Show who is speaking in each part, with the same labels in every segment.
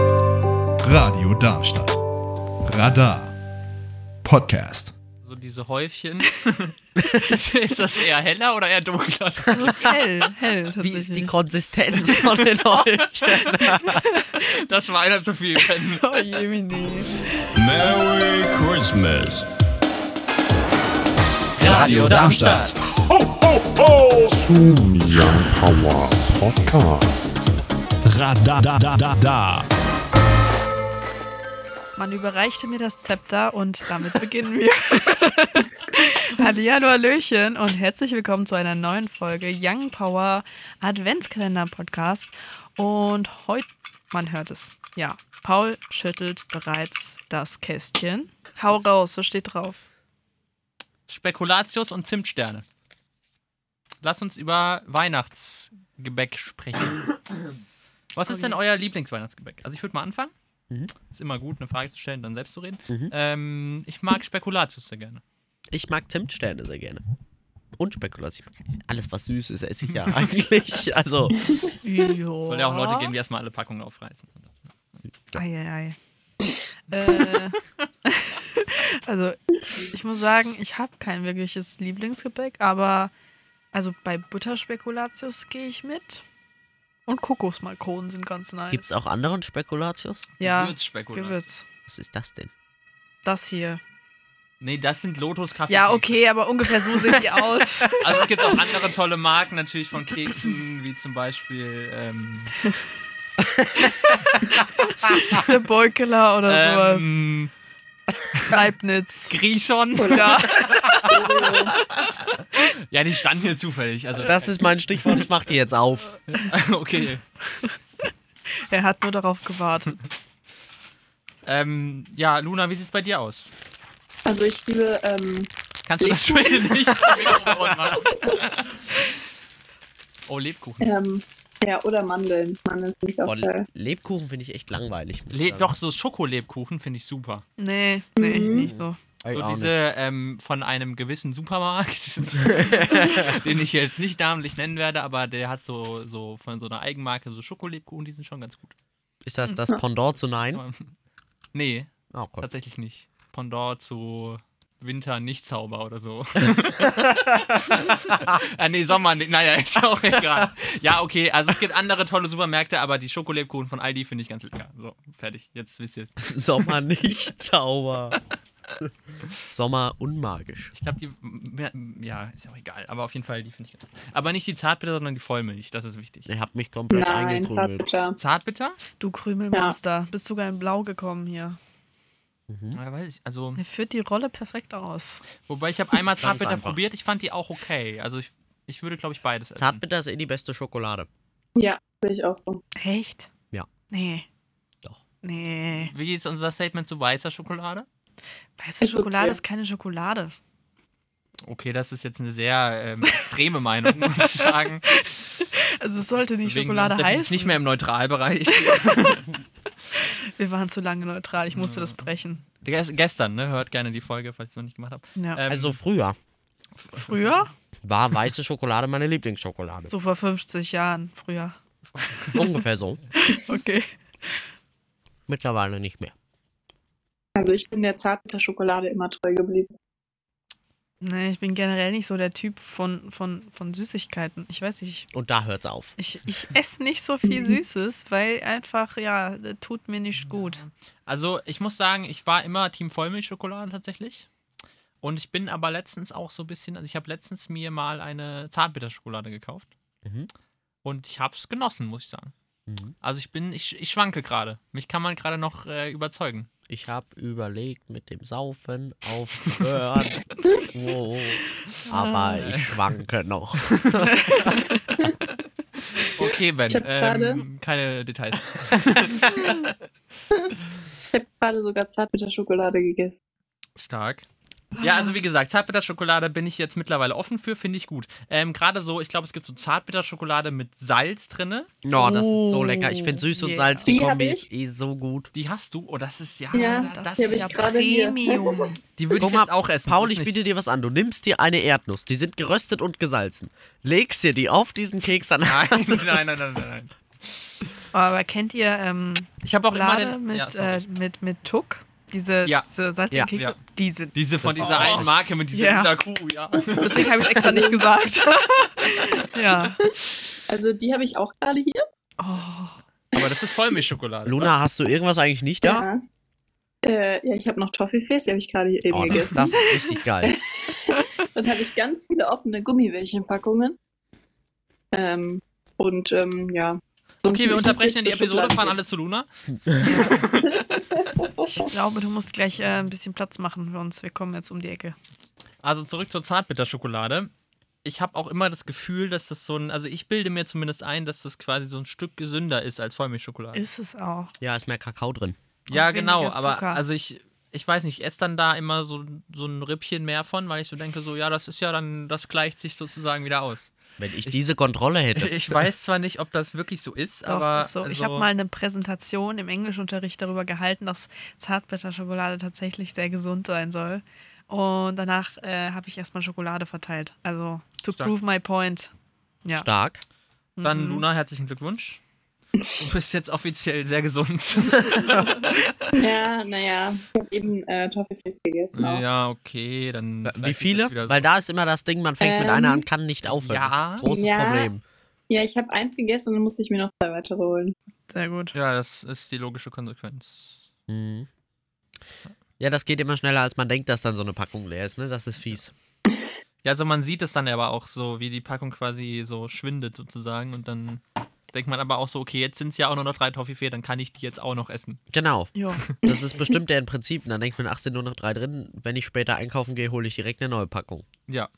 Speaker 1: Radio Darmstadt. Radar. Podcast.
Speaker 2: So diese Häufchen. ist das eher heller oder eher dunkler?
Speaker 3: Das ist hell, hell
Speaker 4: Wie ist
Speaker 3: tatsächlich.
Speaker 4: die Konsistenz von den Häufchen?
Speaker 2: Das war einer zu viel. Ben.
Speaker 3: Oh Jemine.
Speaker 5: Merry Christmas.
Speaker 2: Radio Darmstadt.
Speaker 5: Radadadada.
Speaker 3: Man überreichte mir das Zepter und damit beginnen wir. Hallihallo, Hallöchen und herzlich willkommen zu einer neuen Folge Young Power Adventskalender Podcast. Und heute, man hört es, ja, Paul schüttelt bereits das Kästchen. Hau raus, so steht drauf.
Speaker 2: Spekulatius und Zimtsterne. Lass uns über Weihnachtsgebäck sprechen. Was ist denn euer Lieblingsweihnachtsgebäck? Also ich würde mal anfangen. Ist immer gut, eine Frage zu stellen, dann selbst zu reden. Ähm, ich mag Spekulatius sehr gerne.
Speaker 4: Ich mag Zimtsterne sehr gerne. Und Spekulatius. Alles, was süß ist, esse ich ja eigentlich. Also,
Speaker 2: Soll ja auch Leute geben, die erstmal alle Packungen aufreißen.
Speaker 3: Eieiei. äh, also, ich muss sagen, ich habe kein wirkliches Lieblingsgebäck, aber also bei Butterspekulatius gehe ich mit. Und Kokosmalkonen sind ganz nice.
Speaker 4: gibt es auch anderen Spekulatius?
Speaker 3: Ja,
Speaker 2: Gewürzspekulatius.
Speaker 3: Gewürz.
Speaker 4: Was ist das denn?
Speaker 3: Das hier.
Speaker 2: Nee, das sind lotus kaffee
Speaker 3: Ja, okay, aber ungefähr so sehen die aus.
Speaker 2: Also es gibt auch andere tolle Marken natürlich von Keksen, wie zum Beispiel ähm,
Speaker 3: Der Beukeler oder sowas.
Speaker 2: ähm,
Speaker 3: Leibniz.
Speaker 2: Grison.
Speaker 3: Ja.
Speaker 2: Ja, die standen hier zufällig. Also
Speaker 4: Das ist mein Stichwort, ich mach die jetzt auf.
Speaker 2: okay.
Speaker 3: Er hat nur darauf gewartet.
Speaker 2: Ähm, ja, Luna, wie sieht's bei dir aus?
Speaker 6: Also ich liebe, ähm,
Speaker 2: Kannst du das bitte nicht Mikrofon machen? Oh, Lebkuchen.
Speaker 6: ähm, ja, oder Mandeln. Mandeln finde ich auch
Speaker 4: Boah,
Speaker 6: geil.
Speaker 4: Lebkuchen finde ich echt langweilig. muss ich
Speaker 2: Le
Speaker 4: sagen.
Speaker 2: doch, so Schokolebkuchen finde ich super.
Speaker 3: Nee, nee, ich nicht so.
Speaker 2: So
Speaker 4: auch nicht.
Speaker 2: diese ähm, von einem gewissen Supermarkt, den ich jetzt nicht namentlich nennen werde, aber der hat so, so von so einer Eigenmarke so Schokolebkuchen, die sind schon ganz gut.
Speaker 4: Ist das das Pendant zu Nein?
Speaker 2: Nee,
Speaker 4: Oh Gott.
Speaker 2: tatsächlich nicht. Pendant zu Winter nicht Zauber oder so. ah, nee, Sommer, nee, naja, ist auch egal. Ja, okay, also es gibt andere tolle Supermärkte, aber die Schokolebkuchen von Aldi finde ich ganz lecker. So, fertig, jetzt wisst ihr es.
Speaker 4: Sommer nicht Zauber. Sommer unmagisch.
Speaker 2: Ich glaube, die, ja, ist ja auch egal, aber auf jeden Fall, die finde ich ganz Aber nicht die Zartbitter, sondern die Vollmilch, das ist wichtig.
Speaker 4: Ich hab mich komplett
Speaker 6: Nein,
Speaker 4: eingekrümelt.
Speaker 6: Zartbitter.
Speaker 2: Zartbitter?
Speaker 3: Du Krümelmonster, bist sogar in Blau gekommen hier.
Speaker 4: Hm?
Speaker 2: Ja, weiß ich, also,
Speaker 3: Er führt die Rolle perfekt aus.
Speaker 2: wobei ich habe einmal Zartbitter
Speaker 4: einfach.
Speaker 2: probiert, ich fand die auch okay. Also ich, ich würde, glaube ich, beides essen.
Speaker 4: Zartbitter ist eh die beste Schokolade.
Speaker 6: Ja, sehe ich auch so.
Speaker 3: Echt?
Speaker 4: Ja.
Speaker 3: Nee.
Speaker 4: Doch.
Speaker 3: Nee.
Speaker 2: Wie ist unser Statement zu weißer Schokolade?
Speaker 3: Weiße
Speaker 6: Ist
Speaker 3: Schokolade
Speaker 6: okay.
Speaker 3: ist keine Schokolade.
Speaker 2: Okay, das ist jetzt eine sehr ähm, extreme Meinung, muss ich sagen.
Speaker 3: Also es sollte nicht
Speaker 2: Deswegen
Speaker 3: Schokolade
Speaker 2: ist definitiv
Speaker 3: heißen.
Speaker 2: Nicht mehr im Neutralbereich.
Speaker 3: Wir waren zu lange neutral. Ich musste
Speaker 2: Ja.
Speaker 3: das brechen.
Speaker 2: Ges- Gestern, ne? Hört gerne die Folge, falls ich es noch nicht gemacht habe.
Speaker 3: Ja.
Speaker 2: Ähm,
Speaker 4: Also früher
Speaker 3: früher?
Speaker 2: mhm.
Speaker 4: war weiße Schokolade meine Lieblingsschokolade.
Speaker 3: So vor 50 Jahren. Früher.
Speaker 4: Ungefähr so.
Speaker 3: Okay.
Speaker 4: Mittlerweile nicht mehr.
Speaker 6: Also ich bin der Zartbitter-Schokolade immer treu geblieben.
Speaker 3: Nee, ich bin generell nicht so der Typ von, von, von Süßigkeiten. Ich weiß nicht.
Speaker 4: Und da hört's auf.
Speaker 3: Ich, ich esse nicht so
Speaker 6: Mhm.
Speaker 3: viel Süßes, weil einfach, ja, tut mir nicht gut.
Speaker 2: Also, ich muss sagen, ich war immer Team Vollmilchschokolade tatsächlich. Und ich bin aber letztens auch so ein bisschen, also ich habe letztens mir mal eine Zartbitterschokolade gekauft.
Speaker 4: Mhm.
Speaker 2: Und ich habe es genossen, muss ich sagen.
Speaker 4: Mhm.
Speaker 2: Also ich bin, ich, ich schwanke gerade. Mich kann man gerade noch äh, überzeugen.
Speaker 4: Ich hab überlegt, mit dem Saufen aufzuhören. wow.
Speaker 6: Ah.
Speaker 4: Aber ich schwanke noch.
Speaker 2: Okay, Ben.
Speaker 6: Ich hab
Speaker 2: Ähm, keine Details.
Speaker 6: Ich habe gerade sogar Zartbitter-Schokolade gegessen.
Speaker 2: Stark. Ja, also wie gesagt, Zartbitterschokolade bin ich jetzt mittlerweile offen für, finde ich gut. Ähm, Gerade so, ich glaube, es gibt so Zartbitterschokolade mit Salz drinne.
Speaker 4: No, das ist so lecker. Ich finde
Speaker 3: Oh,
Speaker 4: süß und
Speaker 3: yeah.
Speaker 4: Salz, die
Speaker 6: Die hab
Speaker 4: Kombi
Speaker 6: ich.
Speaker 4: ist eh so gut.
Speaker 2: Die hast du? Oh, das ist ja.
Speaker 6: Ja,
Speaker 2: das,
Speaker 3: Das
Speaker 6: die hab
Speaker 3: ist
Speaker 6: ich
Speaker 3: ja
Speaker 6: gerade hier.
Speaker 3: Premium.
Speaker 2: die würde ich
Speaker 4: Guck mal,
Speaker 2: jetzt auch essen.
Speaker 4: Paul,
Speaker 2: Ist
Speaker 4: ich
Speaker 2: nicht-
Speaker 4: biete dir was an. Du nimmst dir eine Erdnuss, die sind geröstet und gesalzen. Legst dir die auf diesen Keks dann
Speaker 2: Nein, nein, nein, nein, nein.
Speaker 3: Aber kennt ihr ähm,
Speaker 2: Ich habe auch immer
Speaker 3: Schokolade
Speaker 2: den.
Speaker 3: mit,
Speaker 2: ja, sorry.
Speaker 3: äh, mit, mit Tuck? Diese,
Speaker 2: Ja.
Speaker 3: diese salzigen
Speaker 4: Ja.
Speaker 3: Kekse?
Speaker 2: Ja.
Speaker 3: Diese.
Speaker 2: diese von
Speaker 4: Das-
Speaker 2: dieser
Speaker 4: Oh.
Speaker 2: einen Marke mit dieser
Speaker 3: Ja.
Speaker 2: yeah. Kuh, ja.
Speaker 3: Deswegen habe ich es extra nicht gesagt. ja.
Speaker 6: Also die habe ich auch gerade hier.
Speaker 3: Oh.
Speaker 2: Aber das ist Vollmilchschokolade.
Speaker 4: Luna, hast du irgendwas eigentlich nicht da?
Speaker 6: Ja, äh, ja ich habe noch Toffifees, die habe ich gerade hier eben
Speaker 4: Oh, das,
Speaker 6: gegessen.
Speaker 4: das ist richtig geil.
Speaker 6: Dann habe ich ganz viele offene Gummibärchenpackungen. Ähm, und ähm, ja.
Speaker 2: Okay, wir unterbrechen die Episode, fahren
Speaker 6: alles.
Speaker 2: alle zu Luna.
Speaker 3: Ich glaube, du musst gleich äh, ein bisschen Platz machen für uns. Wir kommen jetzt um die Ecke.
Speaker 2: Also zurück zur Zartbitterschokolade. Ich habe auch immer das Gefühl, dass das so ein, also ich bilde mir zumindest ein, dass das quasi so ein Stück gesünder ist als Vollmilchschokolade.
Speaker 3: Ist es auch.
Speaker 4: Ja, ist mehr Kakao drin.
Speaker 2: ja,
Speaker 3: und
Speaker 2: genau,
Speaker 3: weniger
Speaker 2: aber
Speaker 3: Zucker.
Speaker 2: also ich, ich weiß nicht, ich esse dann da immer so, so ein Rippchen mehr von, weil ich so denke, so, ja, das ist ja dann, das gleicht sich sozusagen wieder aus.
Speaker 4: Wenn ich diese Kontrolle hätte.
Speaker 2: Ich weiß zwar nicht, ob das wirklich so ist,
Speaker 3: Doch,
Speaker 2: aber.
Speaker 3: ist so. Ich
Speaker 2: also-
Speaker 3: habe mal eine Präsentation im Englischunterricht darüber gehalten, dass Zartbitterschokolade tatsächlich sehr gesund sein soll. Und danach äh, habe ich erstmal Schokolade verteilt. Also, to
Speaker 2: Stark.
Speaker 3: prove my point. Ja.
Speaker 4: Stark.
Speaker 2: Dann,
Speaker 3: Mhm.
Speaker 2: Luna, herzlichen Glückwunsch. Du bist jetzt offiziell sehr gesund.
Speaker 6: Ja, naja. Ich habe eben äh, Toffifees gegessen.
Speaker 3: Genau.
Speaker 6: auch.
Speaker 2: ja, okay, dann. vielleicht
Speaker 4: Wie
Speaker 2: ist
Speaker 4: viele?
Speaker 2: das wieder so.
Speaker 4: Weil da ist immer das Ding, man fängt mit
Speaker 6: Ähm,
Speaker 4: einer an, kann nicht aufhören.
Speaker 2: ja.
Speaker 4: Großes
Speaker 6: Ja.
Speaker 4: Problem.
Speaker 6: Ja, ich habe eins gegessen und dann musste ich mir noch zwei weitere holen.
Speaker 3: Sehr gut.
Speaker 2: Ja, das ist die logische Konsequenz.
Speaker 4: Mhm. Ja, das geht immer schneller, als man denkt, dass dann so eine Packung leer ist, ne? Das ist fies.
Speaker 2: Ja, also man sieht es dann aber auch so, wie die Packung quasi so schwindet sozusagen und dann denkt man aber auch so, okay, jetzt sind es ja auch nur noch drei Toffifee, dann kann ich die jetzt auch noch essen.
Speaker 4: Genau.
Speaker 3: Ja.
Speaker 4: Das ist bestimmt der im Prinzip. Und dann denkt man, ach, sind nur noch drei drin. Wenn ich später einkaufen gehe, hole ich direkt eine neue Packung.
Speaker 2: Ja.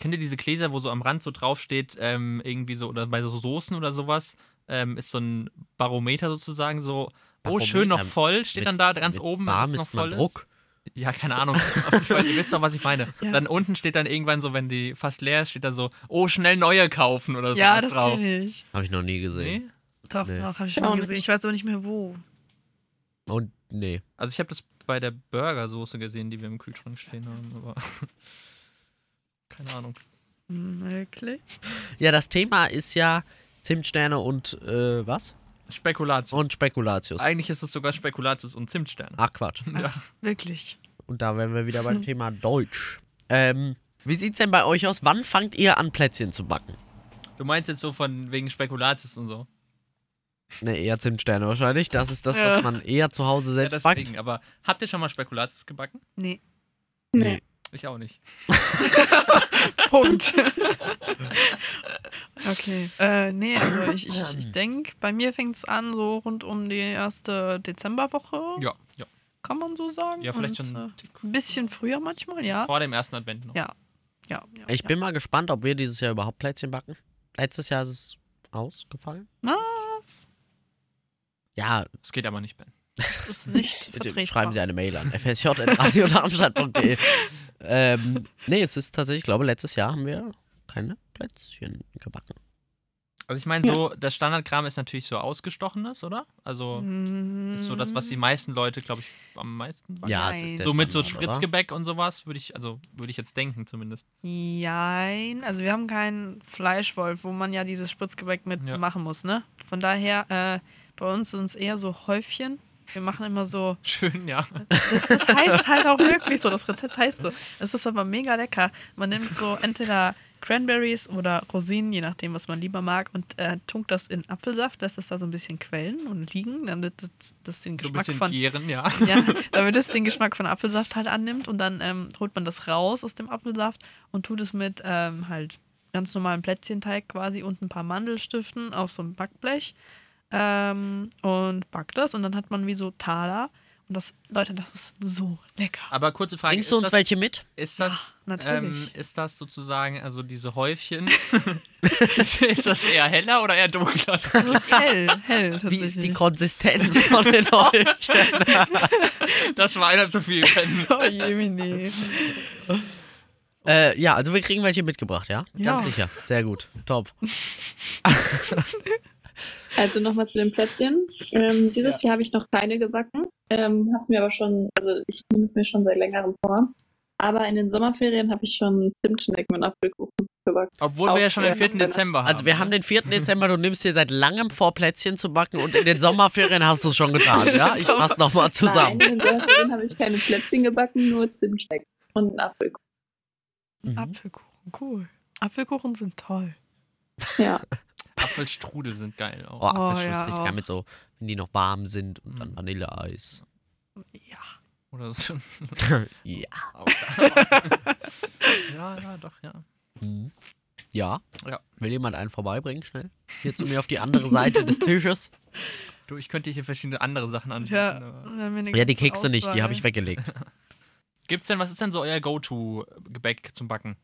Speaker 2: Kennt ihr diese Gläser, wo so am Rand so draufsteht, ähm, irgendwie so, oder bei so Soßen oder sowas, ähm, ist so ein Barometer sozusagen so, oh,
Speaker 4: Barometer
Speaker 2: schön noch voll, steht
Speaker 4: ähm, Mit-
Speaker 2: dann da ganz
Speaker 4: mit
Speaker 2: oben,
Speaker 4: Bar
Speaker 2: wenn es noch
Speaker 4: misst man
Speaker 2: voll
Speaker 4: Druck.
Speaker 2: ist. Ja, keine Ahnung. Auf jeden Fall, ihr wisst doch, was ich meine.
Speaker 3: Ja.
Speaker 2: Dann unten steht dann irgendwann so, wenn die fast leer ist, steht da so, oh, schnell neue kaufen oder so
Speaker 3: Ja, das
Speaker 2: drauf.
Speaker 3: kenne ich.
Speaker 4: Habe ich noch nie gesehen.
Speaker 2: Nee?
Speaker 3: Doch,
Speaker 4: Nee.
Speaker 3: doch, habe ich
Speaker 6: Ich
Speaker 3: mal
Speaker 6: auch
Speaker 3: gesehen.
Speaker 6: nicht.
Speaker 3: Ich weiß aber nicht mehr wo.
Speaker 4: Und nee.
Speaker 2: Also ich habe das bei der Burgersoße gesehen, die wir im Kühlschrank stehen haben, aber keine Ahnung.
Speaker 3: Hm, Wirklich?
Speaker 4: Ja, das Thema ist ja Zimtsterne und äh, was?
Speaker 2: Spekulatius.
Speaker 4: Und Spekulatius. Ah.
Speaker 2: Eigentlich ist es sogar Spekulatius und Zimtsterne.
Speaker 4: Ach Quatsch.
Speaker 3: Wirklich.
Speaker 4: Und da wären wir wieder beim Thema Deutsch. Ähm, wie sieht's denn bei euch aus? Wann fangt ihr an, Plätzchen zu backen?
Speaker 2: Du meinst jetzt so von wegen Spekulatius und so.
Speaker 4: Ne, eher Zimtsterne wahrscheinlich. Das ist das,
Speaker 3: Ja.
Speaker 4: was man eher zu Hause
Speaker 2: Ja,
Speaker 4: selbst backt.
Speaker 2: deswegen, aber habt ihr schon mal Spekulatius gebacken?
Speaker 3: Nee.
Speaker 4: Nee.
Speaker 2: Ich auch nicht.
Speaker 3: Punkt. okay. Äh, nee, also ich, ich, ich denke, bei mir fängt es an, so rund um die erste Dezemberwoche,
Speaker 2: Ja, ja.
Speaker 3: kann man so sagen.
Speaker 2: Ja, vielleicht
Speaker 3: Und,
Speaker 2: schon
Speaker 3: äh, ein bisschen früher manchmal, ja.
Speaker 2: vor dem ersten Advent noch.
Speaker 3: Ja. ja, ja
Speaker 4: Ich
Speaker 3: ja.
Speaker 4: bin mal gespannt, ob wir dieses Jahr überhaupt Plätzchen backen. Letztes Jahr ist es ausgefallen.
Speaker 3: Was?
Speaker 4: Ja,
Speaker 2: Das geht aber nicht, Ben.
Speaker 3: Das ist nicht
Speaker 4: bitte
Speaker 3: vertretbar.
Speaker 4: schreiben Sie eine Mail an fsj.radiodarmstadt.de. ähm, nee, es ist tatsächlich, ich glaube, letztes Jahr haben wir keine Plätzchen gebacken.
Speaker 2: Also ich meine so, das Standardkram ist natürlich so ausgestochenes, oder? Also
Speaker 3: Mhm.
Speaker 2: ist so das, was die meisten Leute, glaube ich, am meisten backen.
Speaker 4: Ja,
Speaker 3: Nein.
Speaker 4: es ist der
Speaker 2: So mit so
Speaker 4: Standard, oder?
Speaker 2: Spritzgebäck und sowas würde ich, also würde ich jetzt denken zumindest.
Speaker 3: Jein. Also wir haben keinen Fleischwolf, wo man ja dieses Spritzgebäck mit
Speaker 2: Ja.
Speaker 3: machen muss, ne? Von daher, äh, bei uns sind es eher so Häufchen. Wir machen immer so.
Speaker 2: Schön, ja.
Speaker 3: Das heißt halt auch wirklich so. Das Rezept heißt so. Es ist aber mega lecker. Man nimmt so entweder Cranberries oder Rosinen, je nachdem, was man lieber mag, und äh, tunkt das in Apfelsaft, lässt das da so ein bisschen quellen und liegen, damit das, das den
Speaker 2: So ein
Speaker 3: Geschmack
Speaker 2: bisschen
Speaker 3: von
Speaker 2: gären, ja.
Speaker 3: ja, damit es den Geschmack von Apfelsaft halt annimmt und dann ähm, holt man das raus aus dem Apfelsaft und tut es mit ähm, halt ganz normalem Plätzchenteig quasi und ein paar Mandelstiften auf so ein Backblech ähm, und backt das und dann hat man wie so Taler und das, Leute, das ist so lecker.
Speaker 2: Aber kurze Frage,
Speaker 4: Bringst du uns
Speaker 2: ist, das,
Speaker 4: welche mit?
Speaker 2: ist das
Speaker 3: natürlich.
Speaker 2: ähm, ist das sozusagen, also diese Häufchen, ist das eher heller oder eher dunkler?
Speaker 3: Das ist hell, hell tatsächlich.
Speaker 4: Wie ist die Konsistenz von den Häufchen?
Speaker 2: Das war einer zu viel. Ben.
Speaker 3: Oh Jemine.
Speaker 4: äh, ja, also wir kriegen welche mitgebracht, ja?
Speaker 3: Ja.
Speaker 4: Ganz sicher. Sehr gut. Top.
Speaker 6: Also nochmal zu den Plätzchen. Ähm, dieses Jahr habe ich noch keine gebacken. Ähm, habe es mir aber schon, also ich nehme es mir schon seit längerem vor. Aber in den Sommerferien habe ich schon Zimtschnecken und Apfelkuchen gebacken.
Speaker 2: Obwohl wir ja schon den 4.
Speaker 6: Aufwärmen.
Speaker 2: Dezember haben.
Speaker 4: Also wir haben den 4. Dezember, du nimmst dir seit langem vor, Plätzchen zu backen und in den Sommerferien hast du es schon getan, ja? Ich fass nochmal zusammen.
Speaker 6: Nein, in der Ferien habe ich keine Plätzchen gebacken, nur Zimtschnecken und einen Apfel.
Speaker 4: Mhm.
Speaker 3: Apfelkuchen, cool. Apfelkuchen sind toll.
Speaker 6: Ja,
Speaker 2: Apfelstrudel sind geil auch.
Speaker 4: Oh, Apfelschluss,
Speaker 3: ja,
Speaker 4: richtig
Speaker 3: auch.
Speaker 4: geil mit so, wenn die noch warm sind und dann
Speaker 2: Mhm.
Speaker 4: Vanilleeis.
Speaker 3: Ja.
Speaker 2: Oder so.
Speaker 4: ja.
Speaker 2: ja, ja, doch, ja.
Speaker 4: Mhm. Ja.
Speaker 2: Ja.
Speaker 4: Will jemand einen vorbeibringen, schnell? Hier zu mir auf die andere Seite des Tisches.
Speaker 2: Du, ich könnte hier verschiedene andere Sachen anbieten.
Speaker 3: Ja,
Speaker 2: aber-
Speaker 3: wenn wir eine
Speaker 4: Mhm. Ja, die
Speaker 3: ganze
Speaker 4: Kekse nicht, die
Speaker 3: Auswahl-
Speaker 4: habe ich weggelegt.
Speaker 2: Gibt's denn, was ist denn so euer Go-To-Gebäck zum Backen?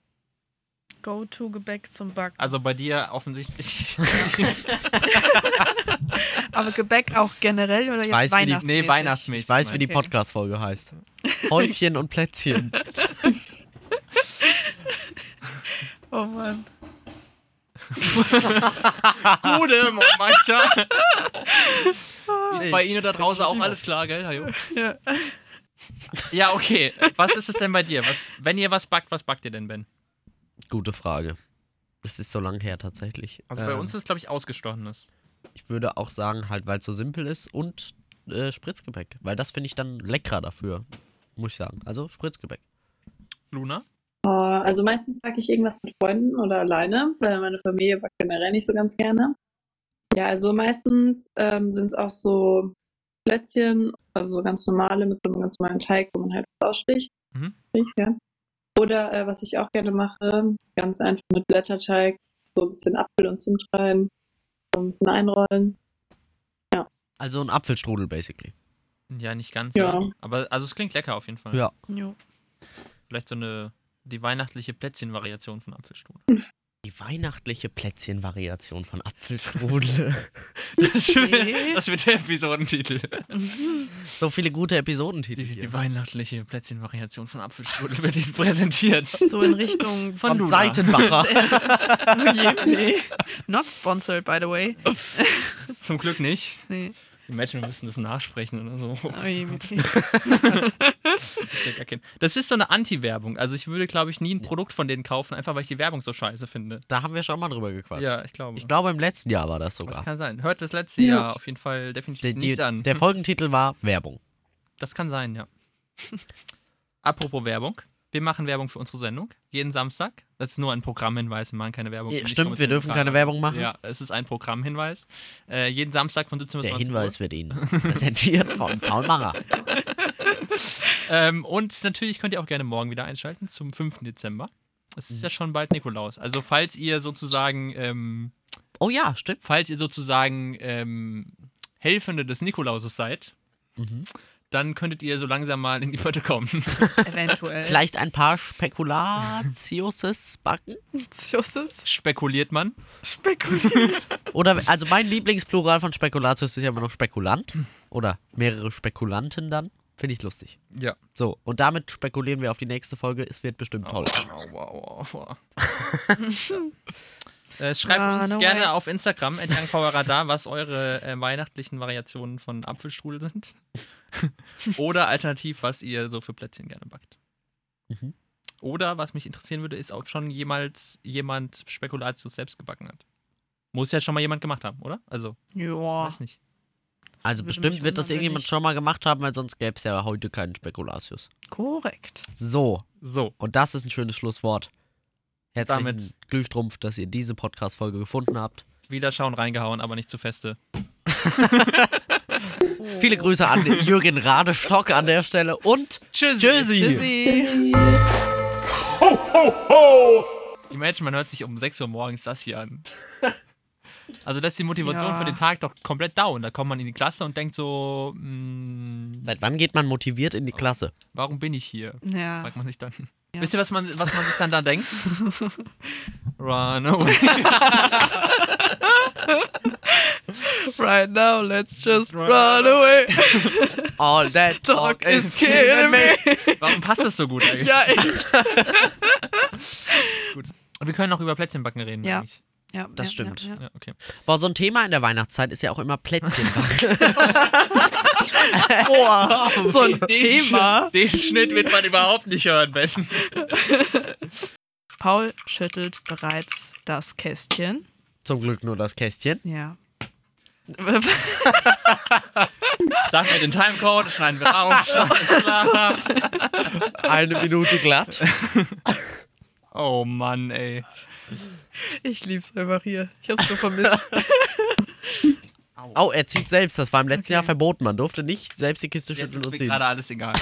Speaker 3: Go-To-Gebäck zum Backen.
Speaker 2: Also bei dir offensichtlich.
Speaker 3: Aber Gebäck auch generell oder
Speaker 4: Ich
Speaker 3: jetzt
Speaker 4: weiß, wie die-
Speaker 3: Weihnachtsmäßig?
Speaker 2: nee, weihnachtsmäßig.
Speaker 4: Ich weiß, wie die
Speaker 3: Okay.
Speaker 4: Podcast-Folge heißt. Häufchen und Plätzchen.
Speaker 3: Oh Mann.
Speaker 2: Gute, Mancher. Ist bei
Speaker 4: Ich-
Speaker 2: Ihnen da draußen auch alles klar, gell? Hajo?
Speaker 3: Ja.
Speaker 2: Ja, okay. Was ist es denn bei dir? Was, wenn ihr was backt, was backt ihr denn, Ben?
Speaker 4: Gute Frage. Das ist so lang her tatsächlich.
Speaker 2: Also bei
Speaker 4: Ähm,
Speaker 2: uns ist, glaube ich, ausgestochenes.
Speaker 4: Ich würde auch sagen, halt, weil es so simpel ist und äh, Spritzgebäck. Weil das finde ich dann leckerer dafür, muss ich sagen. Also Spritzgebäck.
Speaker 2: Luna?
Speaker 6: Äh, also meistens backe ich irgendwas mit Freunden oder alleine, weil meine Familie backt generell nicht so ganz gerne. Ja, also meistens ähm, sind es auch so Plätzchen, also so ganz normale mit so einem ganz normalen Teig, wo man halt was aussticht.
Speaker 2: Mhm.
Speaker 6: Richtig, ja. Oder äh, was ich auch gerne mache, ganz einfach mit Blätterteig, so ein bisschen Apfel und Zimt rein, so ein bisschen einrollen.
Speaker 4: Also ein Apfelstrudel, basically.
Speaker 2: Ja, nicht ganz.
Speaker 6: Ja.
Speaker 2: ja. Aber also es klingt lecker auf jeden Fall.
Speaker 4: Ja.
Speaker 3: Jo.
Speaker 2: Vielleicht so eine die weihnachtliche Plätzchen-Variation von Apfelstrudel.
Speaker 4: Die weihnachtliche Plätzchen-Variation von Apfelstrudel.
Speaker 2: Das
Speaker 3: Okay.
Speaker 2: wird- das wird der Episodentitel.
Speaker 4: so viele gute Episodentitel.
Speaker 2: Die, die
Speaker 4: Hier.
Speaker 2: weihnachtliche Plätzchen-Variation von Apfelstrudel wird Ihnen präsentiert.
Speaker 3: So in Richtung
Speaker 2: Von
Speaker 4: Von
Speaker 2: Luna.
Speaker 4: Seitenbacher.
Speaker 3: nee. Not sponsored, by the way.
Speaker 2: Zum Glück nicht.
Speaker 3: Nee.
Speaker 2: Imagine, wir müssen das nachsprechen oder so.
Speaker 3: Oh, je, okay.
Speaker 2: Ich hab gar keinen- Das ist so eine Anti-Werbung. Also ich würde, glaube ich, nie ein Produkt von denen kaufen, einfach weil ich die Werbung so scheiße finde.
Speaker 4: da haben wir schon mal drüber gequatscht.
Speaker 2: Ja, ich glaube.
Speaker 4: Ich glaube, im letzten Jahr war das
Speaker 2: das
Speaker 4: sogar.
Speaker 2: kann sein. Hört das letzte
Speaker 6: Ja.
Speaker 2: Jahr auf jeden Fall definitiv
Speaker 4: Die, die,
Speaker 2: nicht an.
Speaker 4: der Folgentitel war Werbung.
Speaker 2: Das kann sein, ja. Apropos Werbung. Wir machen Werbung für unsere Sendung. Jeden Samstag. Das ist nur ein Programmhinweis. Wir machen keine Werbung.
Speaker 4: Ja,
Speaker 2: Nicht
Speaker 4: Stimmt, wir
Speaker 2: kommerziell
Speaker 4: dürfen keine
Speaker 2: bezahlt.
Speaker 4: Werbung machen.
Speaker 2: Ja, es ist ein Programmhinweis. Äh, jeden Samstag von 17 bis
Speaker 4: Der
Speaker 2: 20
Speaker 4: Hinweis wird Ihnen präsentiert von Paul Macher.
Speaker 2: Uhr. Ähm, und natürlich könnt ihr auch gerne morgen wieder einschalten zum 5. Dezember. Es
Speaker 4: Mhm.
Speaker 2: ist ja schon bald Nikolaus. Also falls ihr sozusagen ähm,
Speaker 4: Oh ja, stimmt.
Speaker 2: falls ihr sozusagen ähm, Helfende des Nikolauses seid,
Speaker 4: Mhm.
Speaker 2: dann könntet ihr so langsam mal in die Pötte kommen.
Speaker 3: Eventuell.
Speaker 4: Vielleicht ein paar Spekulatiuses backen.
Speaker 3: Jusses
Speaker 2: Spekuliert man.
Speaker 3: spekuliert.
Speaker 4: Oder, also mein Lieblingsplural von Spekulatius ist ja immer noch Spekulant. Oder mehrere Spekulanten dann. Finde ich lustig.
Speaker 2: Ja.
Speaker 4: So, und damit spekulieren wir auf die nächste Folge. Es wird bestimmt toll.
Speaker 2: Aua, aua, aua. Äh, schreibt
Speaker 3: Ah,
Speaker 2: uns
Speaker 3: no
Speaker 2: gerne
Speaker 3: way.
Speaker 2: auf Instagram, @youngpowerradar, was eure äh, weihnachtlichen Variationen von Apfelstrudel sind. Oder alternativ, was ihr so für Plätzchen gerne backt.
Speaker 4: Mhm.
Speaker 2: Oder was mich interessieren würde, ist, ob schon jemals jemand Spekulatius selbst gebacken hat. Muss ja schon mal jemand gemacht haben, oder? Also,
Speaker 3: Ja.
Speaker 2: weiß nicht.
Speaker 4: Also
Speaker 3: Würde mich
Speaker 4: bestimmt wird das
Speaker 3: wundern, wenn
Speaker 4: irgendjemand
Speaker 3: nicht.
Speaker 4: schon mal gemacht haben, weil sonst gäbe es ja heute keinen Spekulatius.
Speaker 3: Korrekt.
Speaker 4: So,
Speaker 2: So,
Speaker 4: und das ist ein schönes Schlusswort. Herzlichen
Speaker 2: Damit-
Speaker 4: Glühstrumpf, dass ihr diese Podcast-Folge gefunden habt.
Speaker 2: wieder schauen reingehauen, aber nicht zu feste.
Speaker 4: Viele Grüße an Jürgen Radestock an der Stelle und
Speaker 2: Tschüssi.
Speaker 4: Tschüssi.
Speaker 3: Tschüssi.
Speaker 2: Imagine, man hört sich um 6 Uhr morgens das hier an. Also das ist die Motivation
Speaker 3: Ja.
Speaker 2: für den Tag doch komplett down. Da kommt man in die Klasse und denkt so, mm,
Speaker 4: Seit wann geht man motiviert in die Klasse?
Speaker 2: warum bin ich hier?
Speaker 3: Ja.
Speaker 2: Fragt man sich dann.
Speaker 3: Ja.
Speaker 2: Wisst ihr, was man, was man sich dann da denkt? Run away.
Speaker 3: Right now, let's just run away.
Speaker 4: All that
Speaker 3: Talk is killing me.
Speaker 2: Warum passt das so gut eigentlich?
Speaker 3: Ja, echt.
Speaker 2: Und wir können auch über Plätzchenbacken reden
Speaker 3: Ja.
Speaker 2: eigentlich.
Speaker 3: Ja,
Speaker 4: Das stimmt.
Speaker 3: Ja, ja.
Speaker 2: Ja, okay.
Speaker 4: Boah, so ein Thema in der Weihnachtszeit ist ja auch immer Plätzchen. Boah,
Speaker 3: So ein Thema.
Speaker 2: Den Schnitt wird man überhaupt nicht hören, Ben.
Speaker 3: Paul schüttelt bereits das Kästchen.
Speaker 4: Zum Glück nur das Kästchen.
Speaker 3: Ja.
Speaker 2: Sag mir den Timecode, schneiden wir auf. Scheiß klar.
Speaker 4: Eine Minute glatt.
Speaker 2: Oh Mann, ey.
Speaker 3: Ich lieb's einfach hier. Ich hab's schon vermisst.
Speaker 4: Oh, er zieht selbst. Das war im letzten
Speaker 3: Okay.
Speaker 4: Jahr verboten. Man durfte nicht selbst die Kiste
Speaker 2: Jetzt
Speaker 4: schütteln
Speaker 2: ist
Speaker 4: und
Speaker 2: mir
Speaker 4: ziehen.
Speaker 2: gerade alles egal.